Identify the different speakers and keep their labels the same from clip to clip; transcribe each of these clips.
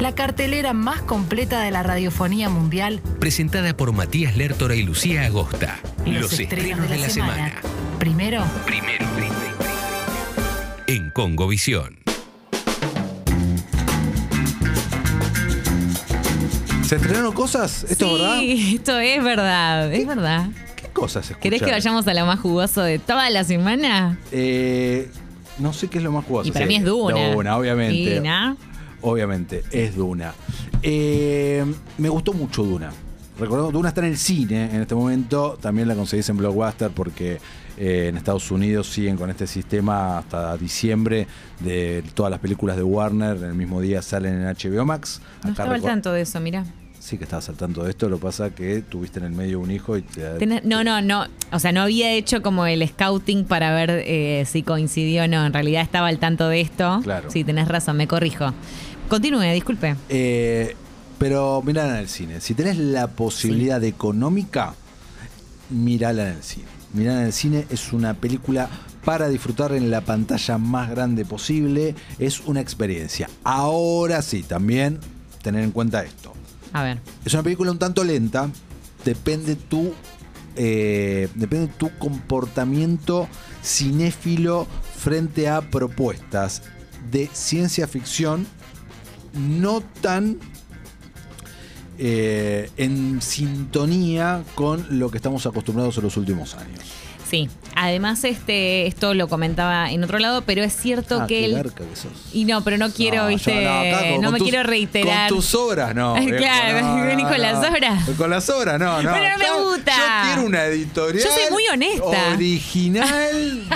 Speaker 1: la cartelera más completa de la radiofonía mundial,
Speaker 2: Presentada por Matías Lertora y Lucía Agosta.
Speaker 1: Los, estrenos, de la, semana. Primero,
Speaker 2: Primero. En Congovisión.
Speaker 3: ¿Se estrenaron cosas? ¿Esto es
Speaker 4: sí,
Speaker 3: verdad?
Speaker 4: esto es verdad, es verdad.
Speaker 3: ¿Qué cosas escucharon?
Speaker 4: ¿Querés que vayamos a lo más jugoso de toda la semana?
Speaker 3: Eh, no sé qué es lo más jugoso.
Speaker 4: Y para
Speaker 3: Pues Sí,
Speaker 4: mí es Duna.
Speaker 3: Duna, obviamente.
Speaker 4: Duna.
Speaker 3: Obviamente, es Duna. Eh, me gustó mucho Duna. Recordemos, Duna está en el cine en este momento. También la conseguís en Blockbuster porque eh, en Estados Unidos siguen con este sistema hasta diciembre de todas las películas de Warner. En el mismo día salen en HBO Max.
Speaker 4: No estaba al
Speaker 3: recor-
Speaker 4: tanto de eso, mirá.
Speaker 3: Sí que estabas al tanto de esto. Lo que pasa que tuviste en el medio un hijo y te...
Speaker 4: Tenés- no, no, no. O sea, no había hecho como el scouting para ver eh, si coincidió o no. En realidad estaba al tanto de esto.
Speaker 3: Claro.
Speaker 4: Sí, tenés razón, me corrijo. Continúe, disculpe.
Speaker 3: Eh, pero mirala en el cine. Si tenés la posibilidad económica, mirala en el cine. Mirala en el cine es una película para disfrutar en la pantalla más grande posible. Es una experiencia. Ahora sí, también tener en cuenta esto.
Speaker 4: A ver.
Speaker 3: Es una película un tanto lenta. Depende tu. eh, depende tu comportamiento cinéfilo frente a propuestas de ciencia ficción no tan eh, en sintonía con lo que estamos acostumbrados en los últimos años.
Speaker 4: Sí. Además, este, esto lo comentaba en otro lado, pero es cierto
Speaker 3: Ah,
Speaker 4: que
Speaker 3: qué
Speaker 4: él.
Speaker 3: garca que sos.
Speaker 4: Y no, pero no quiero,
Speaker 3: yo
Speaker 4: viste,
Speaker 3: no, acá
Speaker 4: no,
Speaker 3: con- con
Speaker 4: me
Speaker 3: tus-
Speaker 4: quiero reiterar.
Speaker 3: Con tus obras, no.
Speaker 4: Ay,
Speaker 3: viejo,
Speaker 4: claro,
Speaker 3: no,
Speaker 4: vení
Speaker 3: no,
Speaker 4: con las
Speaker 3: no.
Speaker 4: obras.
Speaker 3: Con las obras, no, no.
Speaker 4: Pero no me
Speaker 3: Yo-
Speaker 4: gusta.
Speaker 3: Yo quiero una editorial.
Speaker 4: Yo soy muy honesta.
Speaker 3: Original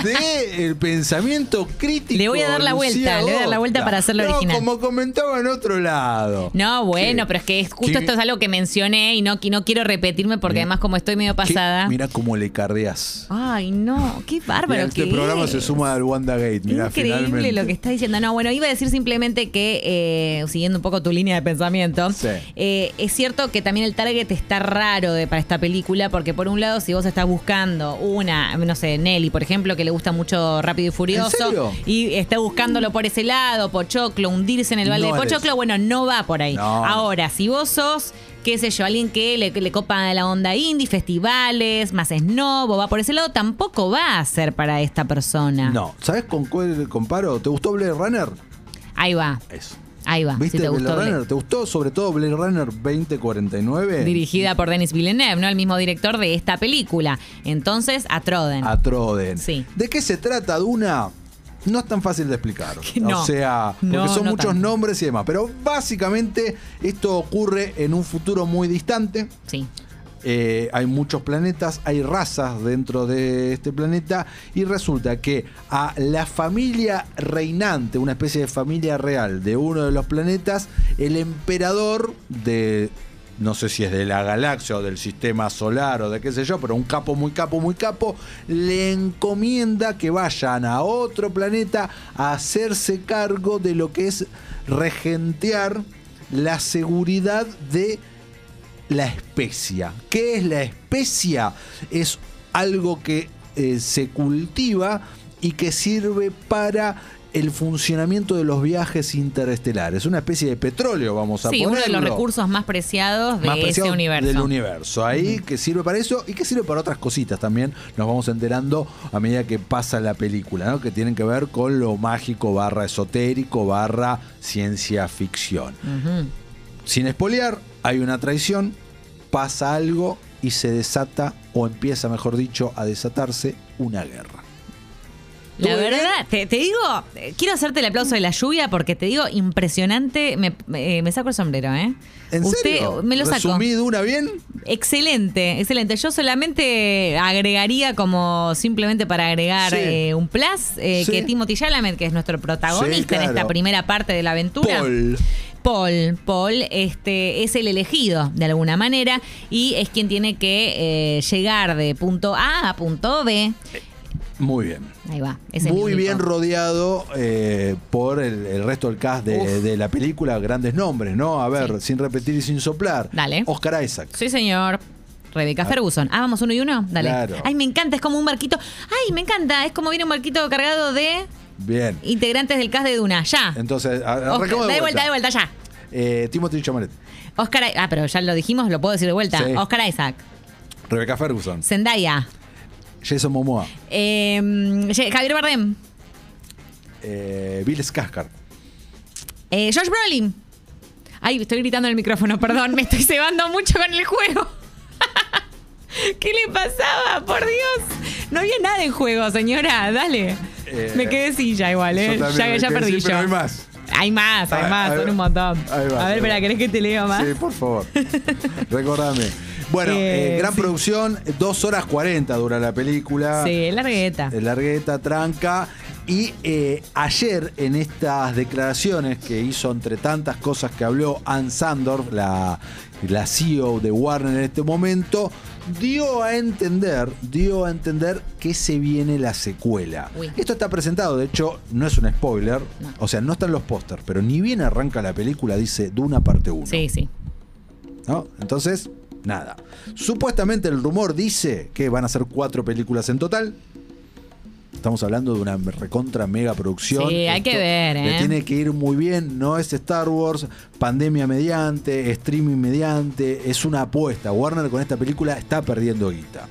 Speaker 3: del pensamiento crítico.
Speaker 4: Le voy a dar la
Speaker 3: de
Speaker 4: vuelta,
Speaker 3: Lucía
Speaker 4: le voy a dar la vuelta
Speaker 3: Agosta.
Speaker 4: para hacerlo
Speaker 3: No,
Speaker 4: original.
Speaker 3: Como comentaba en otro lado.
Speaker 4: No, bueno,
Speaker 3: Sí.
Speaker 4: pero es que es- justo
Speaker 3: ¿Qué?
Speaker 4: esto es algo que mencioné y no, y no quiero repetirme porque
Speaker 3: Mi-
Speaker 4: además como estoy medio
Speaker 3: ¿Qué?
Speaker 4: pasada.
Speaker 3: Mira cómo le cardeás.
Speaker 4: Ay, no, qué bárbaro
Speaker 3: Mirá, este
Speaker 4: que
Speaker 3: programa
Speaker 4: es.
Speaker 3: se suma al WandaGate. Mirá,
Speaker 4: Increíble
Speaker 3: finalmente.
Speaker 4: lo que está diciendo. No, bueno, iba a decir simplemente que, eh, siguiendo un poco tu línea de pensamiento,
Speaker 3: Sí.
Speaker 4: eh, es cierto que también el target está raro de, para esta película, porque por un lado, si vos estás buscando una, no sé, Nelly, por ejemplo, que le gusta mucho Rápido y
Speaker 3: serio?
Speaker 4: Furioso, y está buscándolo por ese lado, Pochoclo, hundirse en el balde
Speaker 3: No
Speaker 4: de
Speaker 3: eres.
Speaker 4: Pochoclo, bueno, no va por ahí.
Speaker 3: No.
Speaker 4: Ahora, si vos sos qué sé yo, alguien que le, le copa la onda indie, festivales, más snob, o va por ese lado, tampoco va a ser para esta persona.
Speaker 3: No, ¿sabes con cuál comparo? ¿Te gustó Blade Runner?
Speaker 4: Ahí va,
Speaker 3: Eso.
Speaker 4: ahí va.
Speaker 3: ¿Viste
Speaker 4: si te
Speaker 3: Blade
Speaker 4: gustó.
Speaker 3: Runner? ¿Te gustó sobre todo Blade Runner 2049?
Speaker 4: Eh. Dirigida por Denis Villeneuve, ¿no? El mismo director de esta película. Entonces, a Troden.
Speaker 3: A Troden.
Speaker 4: Sí.
Speaker 3: ¿De qué se trata Duna? No es tan fácil de explicar.
Speaker 4: Que no.
Speaker 3: O sea, porque
Speaker 4: No,
Speaker 3: son
Speaker 4: no
Speaker 3: muchos
Speaker 4: tanto.
Speaker 3: nombres y demás. Pero básicamente esto ocurre en un futuro muy distante.
Speaker 4: Sí.
Speaker 3: Eh, hay muchos planetas, hay razas dentro de este planeta y resulta que a la familia reinante, una especie de familia real de uno de los planetas, el emperador de, no sé si es de la galaxia o del sistema solar o de qué sé yo, pero un capo muy capo muy capo, le encomienda que vayan a otro planeta a hacerse cargo de lo que es regentear la seguridad de la especia. ¿Qué es la especia? Es algo que eh, se cultiva y que sirve para el funcionamiento de los viajes interestelares. Una especie de petróleo, vamos a
Speaker 4: Sí, uno de los
Speaker 3: ponerlo.
Speaker 4: recursos más preciados de
Speaker 3: Más
Speaker 4: ese
Speaker 3: preciado
Speaker 4: universo.
Speaker 3: Del universo. Ahí que sirve para eso y que sirve para otras cositas también. Nos vamos enterando a medida que pasa la película, ¿no? Que tienen que ver con lo mágico, barra esotérico, barra ciencia ficción.
Speaker 4: Ujú.
Speaker 3: Sin espolear, hay una traición, pasa algo y se desata, o empieza, mejor dicho, a desatarse una guerra.
Speaker 4: La
Speaker 3: ¿Tú de
Speaker 4: verdad, te, te digo, eh, quiero hacerte el aplauso de la lluvia porque te digo, impresionante. Me, me- eh, me saco el sombrero, ¿eh?
Speaker 3: ¿En
Speaker 4: Usted
Speaker 3: serio?
Speaker 4: me lo saco.
Speaker 3: ¿Resumí de una bien?
Speaker 4: Excelente, excelente. Yo solamente agregaría como simplemente para agregar
Speaker 3: Sí.
Speaker 4: eh, un plus, eh,
Speaker 3: Sí.
Speaker 4: que Timothy Chalamet, que es nuestro protagonista
Speaker 3: Sí, claro.
Speaker 4: en esta primera parte de la aventura.
Speaker 3: Paul.
Speaker 4: Paul, Paul, este, es el elegido de alguna manera y es quien tiene que eh, llegar de punto A a punto B.
Speaker 3: Muy bien.
Speaker 4: Ahí va. ese es mi
Speaker 3: Muy
Speaker 4: único.
Speaker 3: bien rodeado eh, por el, el resto del cast de,
Speaker 4: Uf.
Speaker 3: de la película, grandes nombres, ¿no? A ver, sin repetir y sin soplar.
Speaker 4: Dale.
Speaker 3: Oscar Isaac.
Speaker 4: Sí, señor. Rebeca Ferguson. Ah, vamos uno y uno. Dale.
Speaker 3: Claro.
Speaker 4: Ay, me encanta. Es como un barquito. Ay, me encanta. Es como viene un barquito cargado de
Speaker 3: Bien.
Speaker 4: integrantes del cast de Duna. Ya.
Speaker 3: Entonces, a-
Speaker 4: Ah. Oscar,
Speaker 3: arranquemos de
Speaker 4: da de vuelta, da de vuelta, ya.
Speaker 3: Eh, Timothy Chamalet,
Speaker 4: Oscar, I- ah, pero ya lo dijimos, lo puedo decir de vuelta.
Speaker 3: Sí.
Speaker 4: Oscar Isaac,
Speaker 3: Rebecca Ferguson,
Speaker 4: Zendaya,
Speaker 3: Jason Momoa,
Speaker 4: eh, Ye- Javier Bardem,
Speaker 3: eh, Bill Skarsgård,
Speaker 4: eh, Josh Brolin. Ay, estoy gritando en el micrófono, perdón, me estoy cebando mucho con el juego. ¿Qué le pasaba? Por Dios. No había nada en juego, señora. Dale.
Speaker 3: Eh,
Speaker 4: me quedé silla igual, ¿eh?
Speaker 3: yo también
Speaker 4: Ya,
Speaker 3: me
Speaker 4: ya
Speaker 3: quedé
Speaker 4: perdí
Speaker 3: sin,
Speaker 4: yo.
Speaker 3: pero hay más.
Speaker 4: Hay más, hay
Speaker 3: Ah,
Speaker 4: más,
Speaker 3: ahí
Speaker 4: son
Speaker 3: va.
Speaker 4: un montón.
Speaker 3: Ahí va,
Speaker 4: a ver,
Speaker 3: ahí
Speaker 4: espera,
Speaker 3: va.
Speaker 4: ¿querés que te lea más?
Speaker 3: Sí, por favor. Recordame. Bueno,
Speaker 4: Eh,
Speaker 3: eh, gran
Speaker 4: sí.
Speaker 3: producción, 2 horas 40 dura la película.
Speaker 4: Sí, largueta.
Speaker 3: Eh, Largueta, tranca. Y eh, ayer, en estas declaraciones que hizo entre tantas cosas que habló Ann Sandor, la, la CEO de Warner en este momento, dio a entender, dio a entender que se viene la secuela.
Speaker 4: Uy.
Speaker 3: Esto está presentado, de hecho, no es un spoiler, o sea, no están los pósters, pero ni bien arranca la película, dice Duna parte 1.
Speaker 4: Sí, sí.
Speaker 3: ¿no? Entonces, nada. Supuestamente el rumor dice que van a ser cuatro películas en total. Estamos hablando de una recontra mega producción.
Speaker 4: Sí, hay que ver,
Speaker 3: Le
Speaker 4: ¿eh?
Speaker 3: tiene que ir muy bien. No es Star Wars, pandemia mediante, streaming mediante. Es una apuesta. Warner con esta película está perdiendo guita.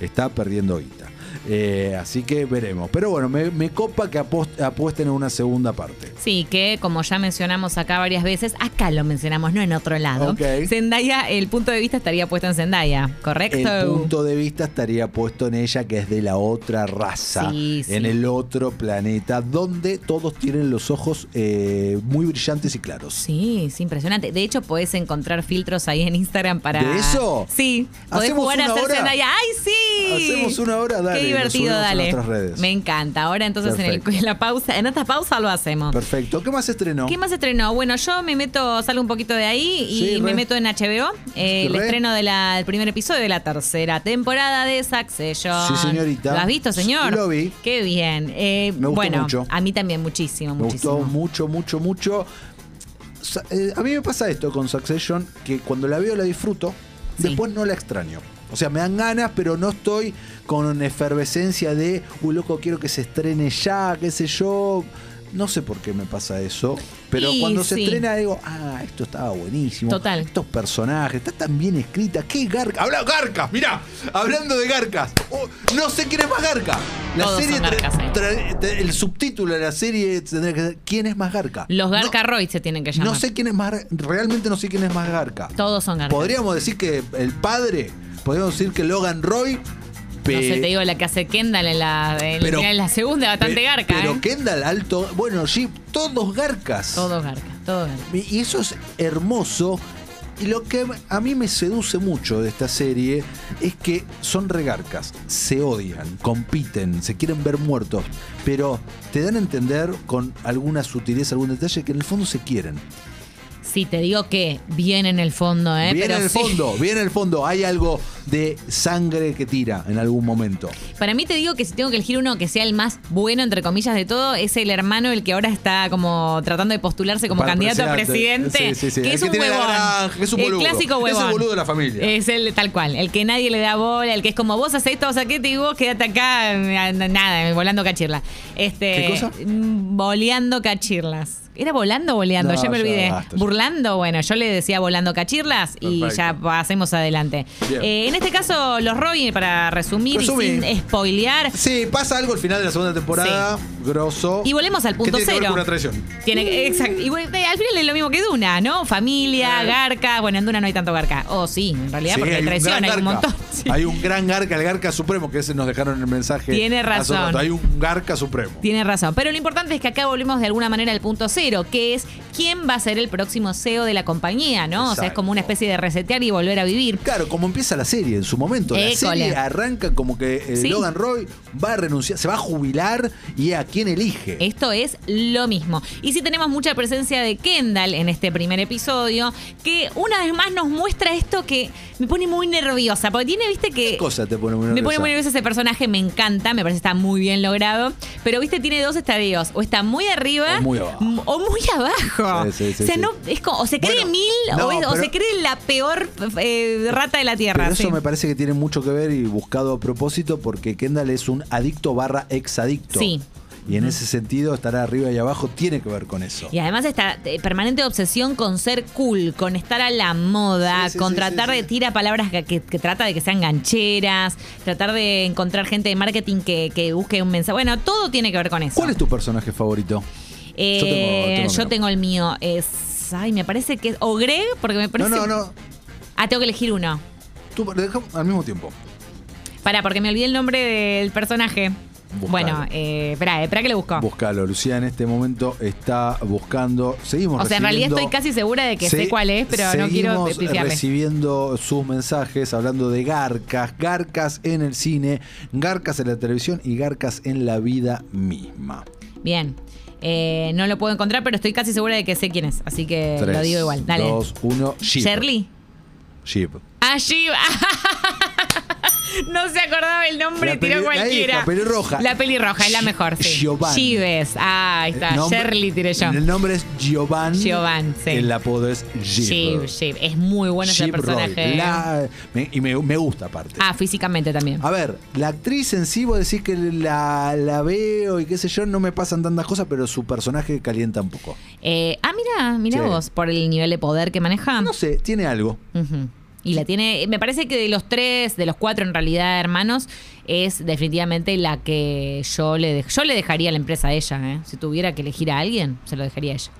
Speaker 3: Está perdiendo guita. Eh, así que veremos. Pero bueno, me, me copa que apost- apuesten en una segunda parte.
Speaker 4: Sí, que como ya mencionamos acá varias veces, acá lo mencionamos, no en otro lado.
Speaker 3: Ok.
Speaker 4: Zendaya, el punto de vista estaría puesto en Zendaya, ¿correcto?
Speaker 3: El punto de vista estaría puesto en ella, que es de la otra raza,
Speaker 4: Sí, sí.
Speaker 3: en el otro planeta, donde todos tienen los ojos eh, muy brillantes y claros.
Speaker 4: Sí, es impresionante. De hecho, podés encontrar filtros ahí en Instagram para.
Speaker 3: ¿De eso?
Speaker 4: Sí. Podés
Speaker 3: ¿Hacemos
Speaker 4: jugar a
Speaker 3: una
Speaker 4: ser
Speaker 3: hora?
Speaker 4: Zendaya. ¡Ay, sí!
Speaker 3: Hacemos una hora, dale,
Speaker 4: Qué
Speaker 3: lo
Speaker 4: divertido,
Speaker 3: subimos a
Speaker 4: dale.
Speaker 3: nuestras redes.
Speaker 4: Me encanta. Ahora entonces en, el-
Speaker 3: Perfecto.
Speaker 4: en la pausa, en esta pausa lo hacemos.
Speaker 3: Perfecto. ¿Qué más estrenó?
Speaker 4: ¿Qué más estrenó? Bueno, yo me meto, salgo un poquito de ahí y
Speaker 3: Sí, re.
Speaker 4: me meto en HBO. eh, el
Speaker 3: Re.
Speaker 4: estreno del primer episodio de la tercera temporada de Succession.
Speaker 3: Sí, señorita.
Speaker 4: ¿Lo has visto, señor?
Speaker 3: Lo vi.
Speaker 4: Qué bien. Eh,
Speaker 3: Me gustó
Speaker 4: bueno,
Speaker 3: mucho.
Speaker 4: a mí también, muchísimo,
Speaker 3: Me
Speaker 4: muchísimo.
Speaker 3: gustó mucho, mucho, mucho. Sa- eh, a mí me pasa esto con Succession, que cuando la veo la disfruto,
Speaker 4: Sí.
Speaker 3: después no la extraño. O sea, me dan ganas, pero no estoy con efervescencia de, uy, loco, quiero que se estrene ya, qué sé yo. No sé por qué me pasa eso, pero
Speaker 4: Y
Speaker 3: cuando se
Speaker 4: sí.
Speaker 3: estrena digo, ah, esto estaba buenísimo.
Speaker 4: Total.
Speaker 3: Estos personajes, está tan bien escrita. ¿Qué garca? Habla garcas, mirá, hablando de garcas. Oh, no sé quién es más garca. La
Speaker 4: Todos
Speaker 3: serie
Speaker 4: son
Speaker 3: tra-
Speaker 4: garcas, eh.
Speaker 3: tra- te- el subtítulo de la serie tendría que ser ¿Quién es más garca?
Speaker 4: Los Garca Roy se tienen que
Speaker 3: No,
Speaker 4: llamar.
Speaker 3: no sé quién es más realmente no sé quién es más garca.
Speaker 4: Todos son Garca.
Speaker 3: Podríamos decir que el padre, podríamos decir que Logan Roy,
Speaker 4: No sé,
Speaker 3: pe-
Speaker 4: te digo la que hace Kendall en la, en
Speaker 3: Pero-
Speaker 4: la- en la segunda, bastante
Speaker 3: pe-
Speaker 4: Garca.
Speaker 3: Pero
Speaker 4: ¿eh?
Speaker 3: Kendall alto, bueno, sí, todos garcas.
Speaker 4: Todo Garca, todo Garca.
Speaker 3: Y eso es hermoso. Y lo que a mí me seduce mucho de esta serie es que son regarcas, se odian, compiten, se quieren ver muertos, pero te dan a entender con alguna sutileza, algún detalle, que en el fondo se quieren.
Speaker 4: Sí, te digo que bien en el fondo, ¿eh?
Speaker 3: bien
Speaker 4: pero
Speaker 3: en el
Speaker 4: sí.
Speaker 3: fondo, bien en el fondo, hay algo de sangre que tira en algún momento.
Speaker 4: Para mí te digo que si tengo que elegir uno que sea el más bueno, entre comillas, de todo, es el hermano, el que ahora está como tratando de postularse como
Speaker 3: Para
Speaker 4: candidato a
Speaker 3: presidente.
Speaker 4: presidente.
Speaker 3: Sí, sí, sí.
Speaker 4: Que
Speaker 3: El
Speaker 4: es
Speaker 3: que
Speaker 4: un
Speaker 3: tiene la
Speaker 4: huevón.
Speaker 3: granja, que es un
Speaker 4: el
Speaker 3: boludo. Es
Speaker 4: clásico
Speaker 3: el
Speaker 4: huevón.
Speaker 3: boludo de la familia.
Speaker 4: Es el tal cual, el que nadie le da bola, el que es como vos haces esto, o sea, ¿qué te digo? Quédate acá, eh, nada, volando cachirla. Este,
Speaker 3: ¿Qué cosa?
Speaker 4: mm, Boleando cachirlas. ¿Era volando o boleando?
Speaker 3: No,
Speaker 4: ya me
Speaker 3: ya
Speaker 4: olvidé.
Speaker 3: basta, ya.
Speaker 4: Burlando, bueno, yo le decía volando cachirlas y
Speaker 3: Perfecto.
Speaker 4: ya pasemos adelante.
Speaker 3: Bien.
Speaker 4: Eh, en este caso, los Robin, para resumir
Speaker 3: Resumí.
Speaker 4: y sin spoilear,
Speaker 3: Sí, pasa algo al final de la segunda temporada, grosso.
Speaker 4: y volvemos al punto
Speaker 3: que tiene que ver
Speaker 4: cero.
Speaker 3: con una traición.
Speaker 4: Tiene que- exacto. Y bueno, eh, al final es lo mismo que Duna, ¿no? Familia, garca. Bueno, en Duna no hay tanto garca. Oh, sí, en realidad,
Speaker 3: Sí,
Speaker 4: porque
Speaker 3: hay un
Speaker 4: traición,
Speaker 3: gran
Speaker 4: hay un
Speaker 3: garca.
Speaker 4: montón. Sí.
Speaker 3: Hay un gran garca, el garca supremo, que ese nos dejaron el mensaje.
Speaker 4: Tiene
Speaker 3: hace
Speaker 4: razón.
Speaker 3: un rato. Hay un garca supremo.
Speaker 4: Tiene razón. Pero lo importante es que acá volvemos de alguna manera al punto cero, que es quién va a ser el próximo CEO de la compañía, ¿no? O sea, es
Speaker 3: Exacto.
Speaker 4: como una especie de resetear y volver a vivir.
Speaker 3: Claro, como empieza la serie en su momento. La
Speaker 4: École.
Speaker 3: serie arranca como que eh,
Speaker 4: Sí.
Speaker 3: Logan Roy va a renunciar, se va a jubilar y a quién elige.
Speaker 4: Esto es lo mismo. Y sí tenemos mucha presencia de Kendall en este primer episodio, que una vez más nos muestra esto que me pone muy nerviosa, porque tiene, viste, que...
Speaker 3: ¿Qué cosa te pone muy
Speaker 4: Me pone
Speaker 3: nerviosa?
Speaker 4: muy nervioso ese personaje, me encanta, me parece que está muy bien logrado. Pero viste, tiene dos estadios. O está muy arriba
Speaker 3: O muy abajo.
Speaker 4: m- o muy abajo.
Speaker 3: Sí, sí, sí,
Speaker 4: o sea,
Speaker 3: sí.
Speaker 4: no, es como, o se cree
Speaker 3: Bueno,
Speaker 4: mil
Speaker 3: no,
Speaker 4: o, es- o
Speaker 3: pero-
Speaker 4: se cree la peor eh, rata de la tierra.
Speaker 3: Pero eso
Speaker 4: sí.
Speaker 3: me parece que tiene mucho que ver y buscado a propósito porque Kendall es un adicto barra exadicto.
Speaker 4: Sí.
Speaker 3: Y en ese sentido, estar arriba y abajo tiene que ver con eso.
Speaker 4: Y además esta eh, permanente obsesión con ser cool, con estar a la moda,
Speaker 3: Sí, sí,
Speaker 4: con
Speaker 3: sí,
Speaker 4: tratar
Speaker 3: sí, sí.
Speaker 4: de tirar palabras que, que- que trata de que sean gancheras, tratar de encontrar gente de marketing que, que busque un mensaje. Bueno, todo tiene que ver con eso.
Speaker 3: ¿Cuál es tu personaje favorito?
Speaker 4: Eh,
Speaker 3: Yo
Speaker 4: yo
Speaker 3: tengo- tengo
Speaker 4: tengo,
Speaker 3: mío.
Speaker 4: el mío. Es, ay, me parece que es. O Greg, porque me
Speaker 3: No,
Speaker 4: parece.
Speaker 3: no, no.
Speaker 4: Ah, tengo que elegir uno.
Speaker 3: Tú, dejá- al mismo tiempo.
Speaker 4: Pará, porque me olvidé el nombre del personaje.
Speaker 3: Buscalo.
Speaker 4: Bueno, eh, espera, espera que lo busco.
Speaker 3: Búscalo. Lucía en este momento está buscando. Seguimos
Speaker 4: o sea, en realidad
Speaker 3: recibiendo-
Speaker 4: estoy casi segura de que sé
Speaker 3: Se-
Speaker 4: cuál es, pero no quiero
Speaker 3: seguimos
Speaker 4: pifiarle.
Speaker 3: recibiendo sus mensajes hablando de garcas, garcas en el cine, garcas en la televisión y garcas en la vida misma.
Speaker 4: Bien. Eh, no lo puedo encontrar, pero estoy casi segura de que sé quién es. Así que
Speaker 3: Tres,
Speaker 4: Eh, lo digo igual. Dale.
Speaker 3: Dos, uno. Jeep.
Speaker 4: Shirley.
Speaker 3: Jeep.
Speaker 4: Ah, Jeep. no se acordaba el nombre,
Speaker 3: La peli-
Speaker 4: tiró
Speaker 3: la
Speaker 4: cualquiera.
Speaker 3: hija, pelirroja.
Speaker 4: La pelirroja, es la
Speaker 3: Gi-
Speaker 4: mejor, sí.
Speaker 3: Giovanni.
Speaker 4: Chives. Ah, ahí está.
Speaker 3: El nombre-
Speaker 4: Shirley tiré yo.
Speaker 3: El nombre es Giovanni.
Speaker 4: Giovanni, sí.
Speaker 3: El apodo es Jeep.
Speaker 4: Jeep, Jeep. Es muy bueno ese
Speaker 3: Jeep Roy.
Speaker 4: personaje.
Speaker 3: La- me- y me, me gusta aparte.
Speaker 4: Ah, físicamente también.
Speaker 3: A ver, la actriz en sí, vos decís que la, la veo y qué sé yo, no me pasan tantas cosas, pero su personaje calienta un poco.
Speaker 4: Eh, ah, mira, mira
Speaker 3: Sí.
Speaker 4: vos, por el nivel de poder que maneja.
Speaker 3: No sé, tiene algo.
Speaker 4: Ujú. Y la tiene, me parece que de los tres, de los cuatro en realidad hermanos, es definitivamente la que yo le, dej- yo le dejaría la empresa a ella. ¿eh? Si tuviera que elegir a alguien, se lo dejaría a ella.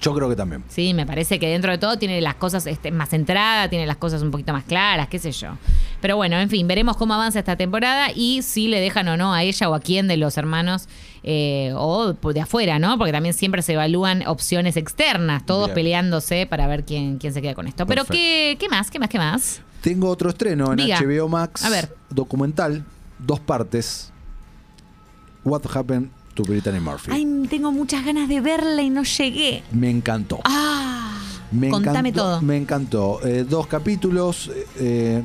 Speaker 3: Yo creo que también.
Speaker 4: Sí, me parece que dentro de todo tiene las cosas este, más centrada, tiene las cosas un poquito más claras, qué sé yo. Pero bueno, en fin, veremos cómo avanza esta temporada y si le dejan o no a ella o a quién de los hermanos eh, o por- de afuera, ¿no? Porque también siempre se evalúan opciones externas, todos
Speaker 3: Bien.
Speaker 4: peleándose para ver quién, quién se queda con esto. Pero
Speaker 3: Perfecto.
Speaker 4: ¿qué, ¿qué más? ¿Qué más? ¿Qué más?
Speaker 3: Tengo otro estreno en
Speaker 4: Diga.
Speaker 3: HBO Max.
Speaker 4: A ver.
Speaker 3: Documental, dos partes. What Happened to Brittany Murphy.
Speaker 4: Ay, tengo muchas ganas de verla y no llegué.
Speaker 3: Me encantó.
Speaker 4: Ah,
Speaker 3: Me
Speaker 4: contame
Speaker 3: encantó,
Speaker 4: todo.
Speaker 3: Me encantó. Eh, dos capítulos. eh, eh,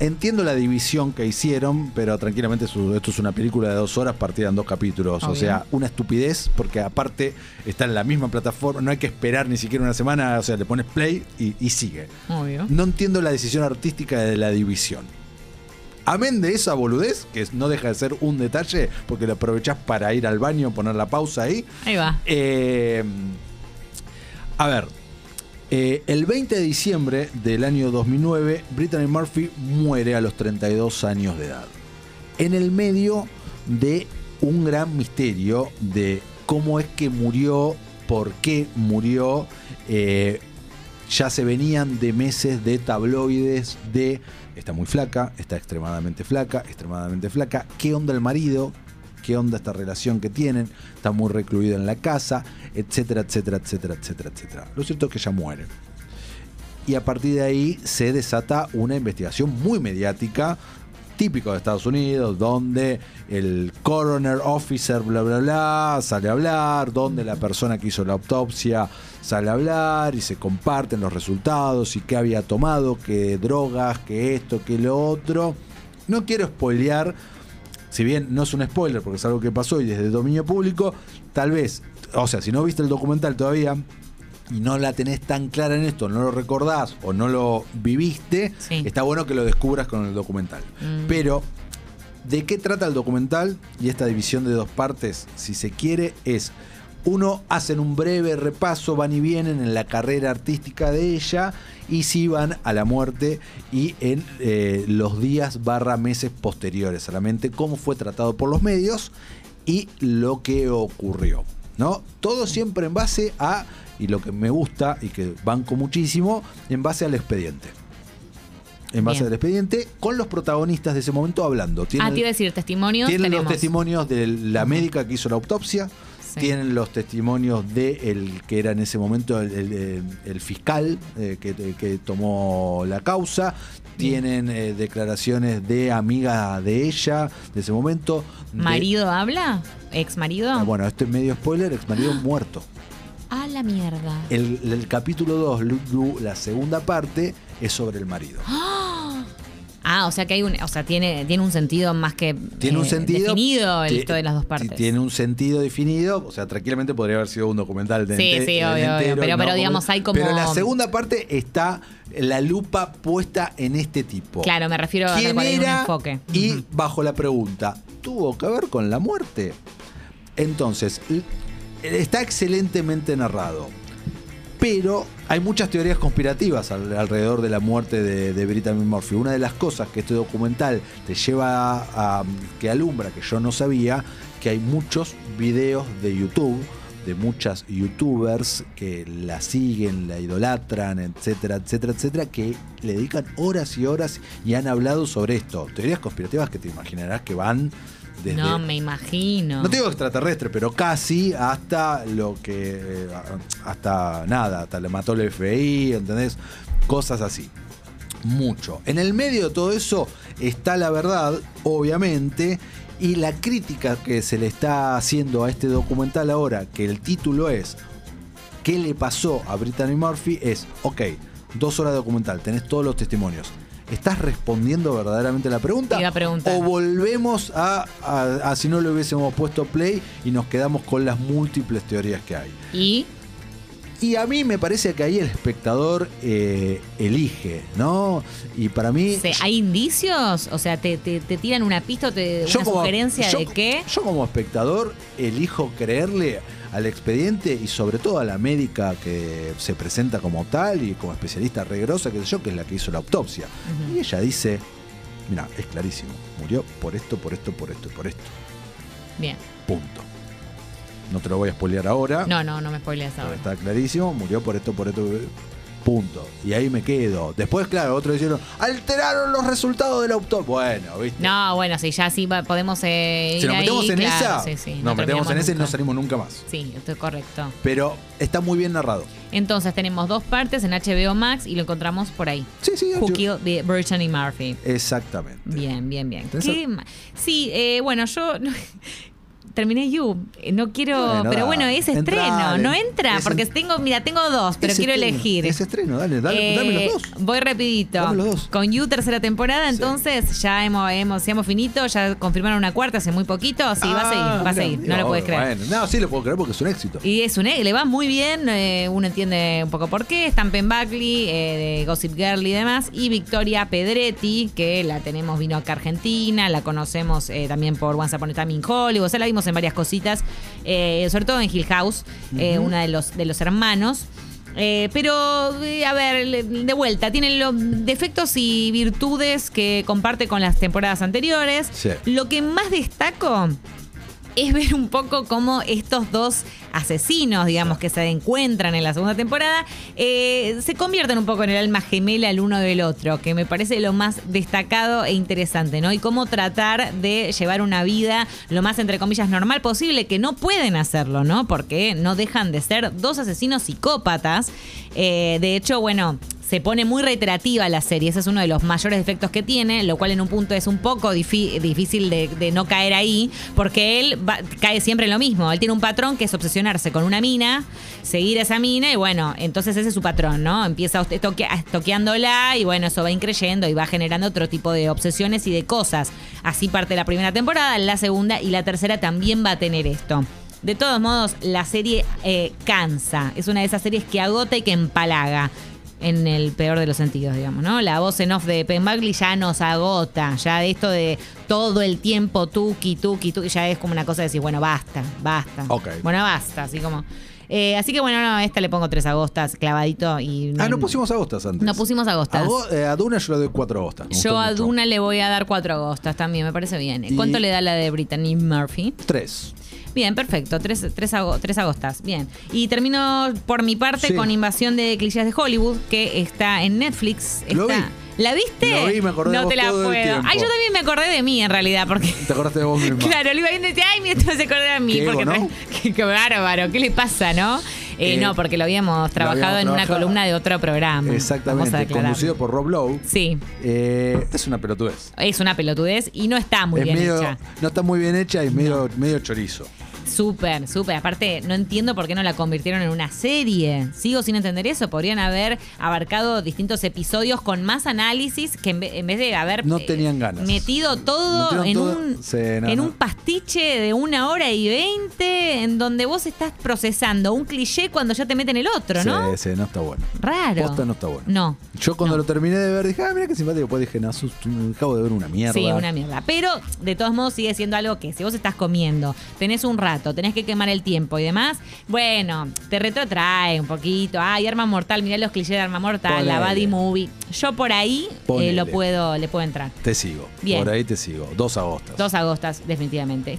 Speaker 3: entiendo la división que hicieron, pero tranquilamente su- esto es una película de dos horas partida en dos capítulos. O
Speaker 4: Obvio.
Speaker 3: sea, una estupidez, porque aparte está en la misma plataforma, no hay que esperar ni siquiera una semana, o sea, le pones play y, y sigue.
Speaker 4: Obvio.
Speaker 3: No entiendo la decisión artística de la división. Amén de esa boludez, que no deja de ser un detalle, porque lo aprovechás para ir al baño, poner la pausa ahí.
Speaker 4: Ahí va.
Speaker 3: Eh, a ver, eh, el 20 de diciembre del año 2009, Brittany Murphy muere a los 32 años de edad. En el medio de un gran misterio de cómo es que murió, por qué murió. eh, ya se venían de meses de tabloides de está muy flaca, está extremadamente flaca, extremadamente flaca, qué onda el marido, qué onda esta relación que tienen, está muy recluido en la casa, etcétera, etcétera, etcétera, etcétera, etcétera. Lo cierto es que ya muere. Y a partir de ahí se desata una investigación muy mediática, típico de Estados Unidos, donde el coroner officer, bla, bla, bla, sale a hablar, donde la persona que hizo la autopsia sale a hablar y se comparten los resultados y qué había tomado, qué drogas, qué esto, qué lo otro. No quiero spoilear, si bien no es un spoiler porque es algo que pasó y desde dominio público, tal vez, o sea, si no viste el documental todavía y no la tenés tan clara en esto, no lo recordás o no lo viviste,
Speaker 4: Sí.
Speaker 3: está bueno que lo descubras con el documental.
Speaker 4: Mm.
Speaker 3: Pero, ¿de qué trata el documental y esta división de dos partes? Si se quiere, es... Uno hacen un breve repaso, van y vienen en la carrera artística de ella y si van a la muerte y en eh, los días barra meses posteriores solamente cómo fue tratado por los medios y lo que ocurrió. ¿no? Todo siempre en base a, y lo que me gusta y que banco muchísimo, en base al expediente. En base
Speaker 4: Bien.
Speaker 3: al expediente, con los protagonistas de ese momento hablando.
Speaker 4: Ah,
Speaker 3: Tienen-
Speaker 4: te iba a decir, testimonios
Speaker 3: tienen
Speaker 4: tenemos.
Speaker 3: los testimonios de la médica que hizo la autopsia,
Speaker 4: Sí.
Speaker 3: tienen los testimonios de el que era en ese momento el, el- el- el fiscal eh, que, que tomó la causa, tienen eh, declaraciones de amiga de ella de ese momento. de-
Speaker 4: ¿Marido habla? ¿Ex marido?
Speaker 3: Ah, bueno, esto es medio spoiler, ex marido muerto.
Speaker 4: A la mierda.
Speaker 3: El, el capítulo 2, la segunda parte, es sobre el marido.
Speaker 4: Ah, o sea que hay un, o sea, tiene, tiene un sentido más que
Speaker 3: Tiene un
Speaker 4: eh,
Speaker 3: sentido.
Speaker 4: definido el
Speaker 3: Ti-
Speaker 4: esto de las dos partes.
Speaker 3: Tiene un sentido definido. O sea, tranquilamente podría haber sido un documental de
Speaker 4: Sí,
Speaker 3: ente-
Speaker 4: sí,
Speaker 3: de
Speaker 4: obvio, obvio,
Speaker 3: entero,
Speaker 4: pero-
Speaker 3: ¿no?
Speaker 4: pero digamos, hay como-
Speaker 3: Pero la segunda parte está la lupa puesta en este tipo.
Speaker 4: Claro, me refiero a
Speaker 3: ¿Quién
Speaker 4: cuando hay un
Speaker 3: era?
Speaker 4: enfoque.
Speaker 3: Y
Speaker 4: Ujú.
Speaker 3: bajo la pregunta, ¿tuvo que ver con la muerte? Entonces, l- está excelentemente narrado. Pero hay muchas teorías conspirativas al- alrededor de la muerte de, de Brittany Murphy. Una de las cosas que este documental te lleva a, a- que alumbra, que yo no sabía, que hay muchos videos de YouTube, de muchas youtubers que la siguen, la idolatran, etcétera, etcétera, etcétera, que le dedican horas y horas y han hablado sobre esto. Teorías conspirativas que te imaginarás que van desde
Speaker 4: No me imagino.
Speaker 3: no te digo extraterrestre, pero casi hasta lo que. eh, hasta nada, hasta le mató el FBI, ¿entendés? Cosas así. Mucho. En el medio de todo eso está la verdad, obviamente, y la crítica que se le está haciendo a este documental ahora, que el título es ¿Qué le pasó a Brittany Murphy? Es, ok, dos horas de documental, tenés todos los testimonios. ¿Estás respondiendo verdaderamente la pregunta?
Speaker 4: Te iba a preguntar.
Speaker 3: ¿O volvemos a, a- a si no le hubiésemos puesto play y nos quedamos con las múltiples teorías que hay?
Speaker 4: Y
Speaker 3: Y a mí me parece que ahí el espectador eh, elige, ¿no? Y para mí...
Speaker 4: se- hay indicios, o sea, te, te- te tiran una pista, o te,
Speaker 3: yo
Speaker 4: una
Speaker 3: como-
Speaker 4: sugerencia
Speaker 3: yo-
Speaker 4: de qué.
Speaker 3: Yo como espectador elijo creerle al expediente y sobre todo a la médica que se presenta como tal y como especialista regrosa, que sé yo, que es la que hizo la autopsia. Y ella dice, mira, es clarísimo, murió por esto, por esto, por esto y por esto.
Speaker 4: Bien.
Speaker 3: Punto. No te lo voy a spoilear ahora.
Speaker 4: No, no, no me spoileas
Speaker 3: Pero
Speaker 4: ahora.
Speaker 3: Está clarísimo, murió por esto, por esto. por esto. Punto. Y ahí me quedo. Después, claro, otros dijeron, alteraron los resultados del autor. Bueno, ¿viste?
Speaker 4: No, bueno, sí, ya sí va- podemos eh,
Speaker 3: si
Speaker 4: ir
Speaker 3: nos metemos
Speaker 4: ahí,
Speaker 3: en
Speaker 4: claro,
Speaker 3: esa,
Speaker 4: sí, sí, no
Speaker 3: nos metemos
Speaker 4: terminamos
Speaker 3: en esa y
Speaker 4: nunca.
Speaker 3: no salimos nunca más.
Speaker 4: Sí, esto es correcto.
Speaker 3: Pero está muy bien narrado.
Speaker 4: Entonces tenemos dos partes en HBO Max y lo encontramos por ahí.
Speaker 3: Sí, sí,
Speaker 4: Who
Speaker 3: yo-
Speaker 4: Killed the Brittany Murphy.
Speaker 3: Exactamente.
Speaker 4: Bien, bien, bien.
Speaker 3: ¿Tenés
Speaker 4: Qué ma- Sí, eh, bueno, yo terminé You. Eh, No quiero,
Speaker 3: Bueno,
Speaker 4: pero
Speaker 3: dale.
Speaker 4: bueno, es
Speaker 3: Entrá,
Speaker 4: estreno,
Speaker 3: dale.
Speaker 4: no entra,
Speaker 3: Es
Speaker 4: porque
Speaker 3: en-
Speaker 4: tengo, mira, tengo dos, pero
Speaker 3: Ese
Speaker 4: quiero
Speaker 3: estreno,
Speaker 4: elegir.
Speaker 3: Ese estreno, dale, dale,
Speaker 4: Eh,
Speaker 3: dame los dos.
Speaker 4: Voy rapidito.
Speaker 3: Dame los dos.
Speaker 4: Con You tercera temporada,
Speaker 3: Sí.
Speaker 4: entonces ya hemos, hemos, ya hemos finito, ya confirmaron una cuarta hace muy poquito. Sí, va a seguir, va
Speaker 3: Ah,
Speaker 4: a seguir,
Speaker 3: mira,
Speaker 4: no lo puedes creer.
Speaker 3: bueno. no, sí lo puedo creer porque es un éxito.
Speaker 4: Y es un egg, le va muy bien, eh, uno entiende un poco por qué. Están Pen Buckley, eh, de Gossip Girl y demás. Y Victoria Pedretti, que la tenemos, vino acá a Argentina, la conocemos eh, también por Once Upon a Time in Hollywood, o sea, la vimos en varias cositas, eh, sobre todo en Hill House, eh, una de los, de los hermanos. Eh, pero, eh, a ver, le- de vuelta, tiene los defectos y virtudes que comparte con las temporadas anteriores.
Speaker 3: Sí.
Speaker 4: Lo que más destaco es ver un poco cómo estos dos asesinos, digamos, que se encuentran en la segunda temporada, eh, se convierten un poco en el alma gemela el uno del otro, que me parece lo más destacado e interesante, ¿no? Y cómo tratar de llevar una vida lo más, entre comillas, normal posible, que no pueden hacerlo, ¿no? Porque no dejan de ser dos asesinos psicópatas. Eh, de hecho, bueno, se pone muy reiterativa la serie. Ese es uno de los mayores defectos que tiene, lo cual en un punto es un poco difi- difícil de, de no caer ahí, porque él va- cae siempre en lo mismo. Él tiene un patrón que es obsesionarse con una mina, seguir a esa mina y bueno, entonces ese es su patrón, ¿no? Empieza usted toque- toqueándola y bueno, eso va increyendo y va generando otro tipo de obsesiones y de cosas. Así parte la primera temporada, la segunda y la tercera también va a tener esto. De todos modos, la serie eh, cansa. Es una de esas series que agota y que empalaga en el peor de los sentidos, digamos, ¿no? La voz en off de Pen Buckley ya nos agota, ya de esto de todo el tiempo tuki, tuki, tuki, ya es como una cosa de decir, bueno, basta, basta.
Speaker 3: Ok.
Speaker 4: Bueno, basta, así como... Eh, así que bueno, no, a esta le pongo tres agostas clavadito y...
Speaker 3: ah, no pusimos agostas antes.
Speaker 4: No pusimos agostas.
Speaker 3: Ago- eh, a Duna yo le doy cuatro agostas. me
Speaker 4: Yo
Speaker 3: gustó
Speaker 4: a
Speaker 3: mucho.
Speaker 4: Duna le voy a dar cuatro agostas también, me parece bien. ¿Eh?
Speaker 3: Y-
Speaker 4: ¿Cuánto le da la de Brittany Murphy?
Speaker 3: Tres.
Speaker 4: Bien, perfecto. Tres, tres, ago- tres agostas. Bien. Y termino por mi parte
Speaker 3: Sí.
Speaker 4: con Invasión de Clichés de Hollywood, que está en Netflix.
Speaker 3: Lo
Speaker 4: Está-
Speaker 3: vi.
Speaker 4: ¿La viste?
Speaker 3: Lo vi, me acordé de
Speaker 4: No
Speaker 3: vos
Speaker 4: te la
Speaker 3: todo el
Speaker 4: puedo.
Speaker 3: tiempo.
Speaker 4: Ay, yo también me acordé de mí en realidad, porque.
Speaker 3: ¿Te acordaste de vos misma?
Speaker 4: Claro, lo iba viendo y decía, ay, mira, esto se acordó de mí.
Speaker 3: Qué
Speaker 4: porque
Speaker 3: ego,
Speaker 4: tra-
Speaker 3: ¿no?
Speaker 4: qué, qué bárbaro, ¿qué le pasa, no? Eh,
Speaker 3: Eh,
Speaker 4: no, porque lo habíamos trabajado en una
Speaker 3: trabajado.
Speaker 4: columna de otro programa. Vamos a
Speaker 3: Exactamente.
Speaker 4: aclararlo.
Speaker 3: Conducido por Rob Lowe.
Speaker 4: Sí,
Speaker 3: Eh, es una pelotudez.
Speaker 4: es una pelotudez y no está muy
Speaker 3: es
Speaker 4: bien
Speaker 3: medio,
Speaker 4: hecha.
Speaker 3: No está muy bien hecha y es medio, medio chorizo.
Speaker 4: Súper, súper. Aparte, no entiendo por qué no la convirtieron en una serie. Sigo sin entender eso. Podrían haber abarcado distintos episodios con más análisis que en ve- en vez de haber
Speaker 3: No
Speaker 4: eh,
Speaker 3: tenían ganas.
Speaker 4: metido todo
Speaker 3: Metieron
Speaker 4: en,
Speaker 3: todo-
Speaker 4: un,
Speaker 3: Sí, no,
Speaker 4: en
Speaker 3: no.
Speaker 4: un pastiche de una hora y veinte en donde vos estás procesando un cliché cuando ya te meten el otro, ¿no?
Speaker 3: Sí, sí, no está bueno.
Speaker 4: Raro.
Speaker 3: Posta no está bueno.
Speaker 4: No.
Speaker 3: Yo cuando
Speaker 4: No.
Speaker 3: lo terminé de ver dije, ah, mira qué simpático. Después dije, no, sos un- acabo de ver una mierda.
Speaker 4: Sí, una mierda. Pero de todos modos sigue siendo algo que si vos estás comiendo, tenés un rato, tenés que quemar el tiempo y demás, bueno, te retrotrae un poquito. Ay, arma mortal, mirá los clichés de arma mortal, la
Speaker 3: Ponele.
Speaker 4: body movie. Yo por ahí eh,
Speaker 3: Ponele.
Speaker 4: lo puedo, le puedo entrar.
Speaker 3: Te sigo.
Speaker 4: Bien.
Speaker 3: Por ahí te sigo. Dos agostas.
Speaker 4: Dos agostas, definitivamente.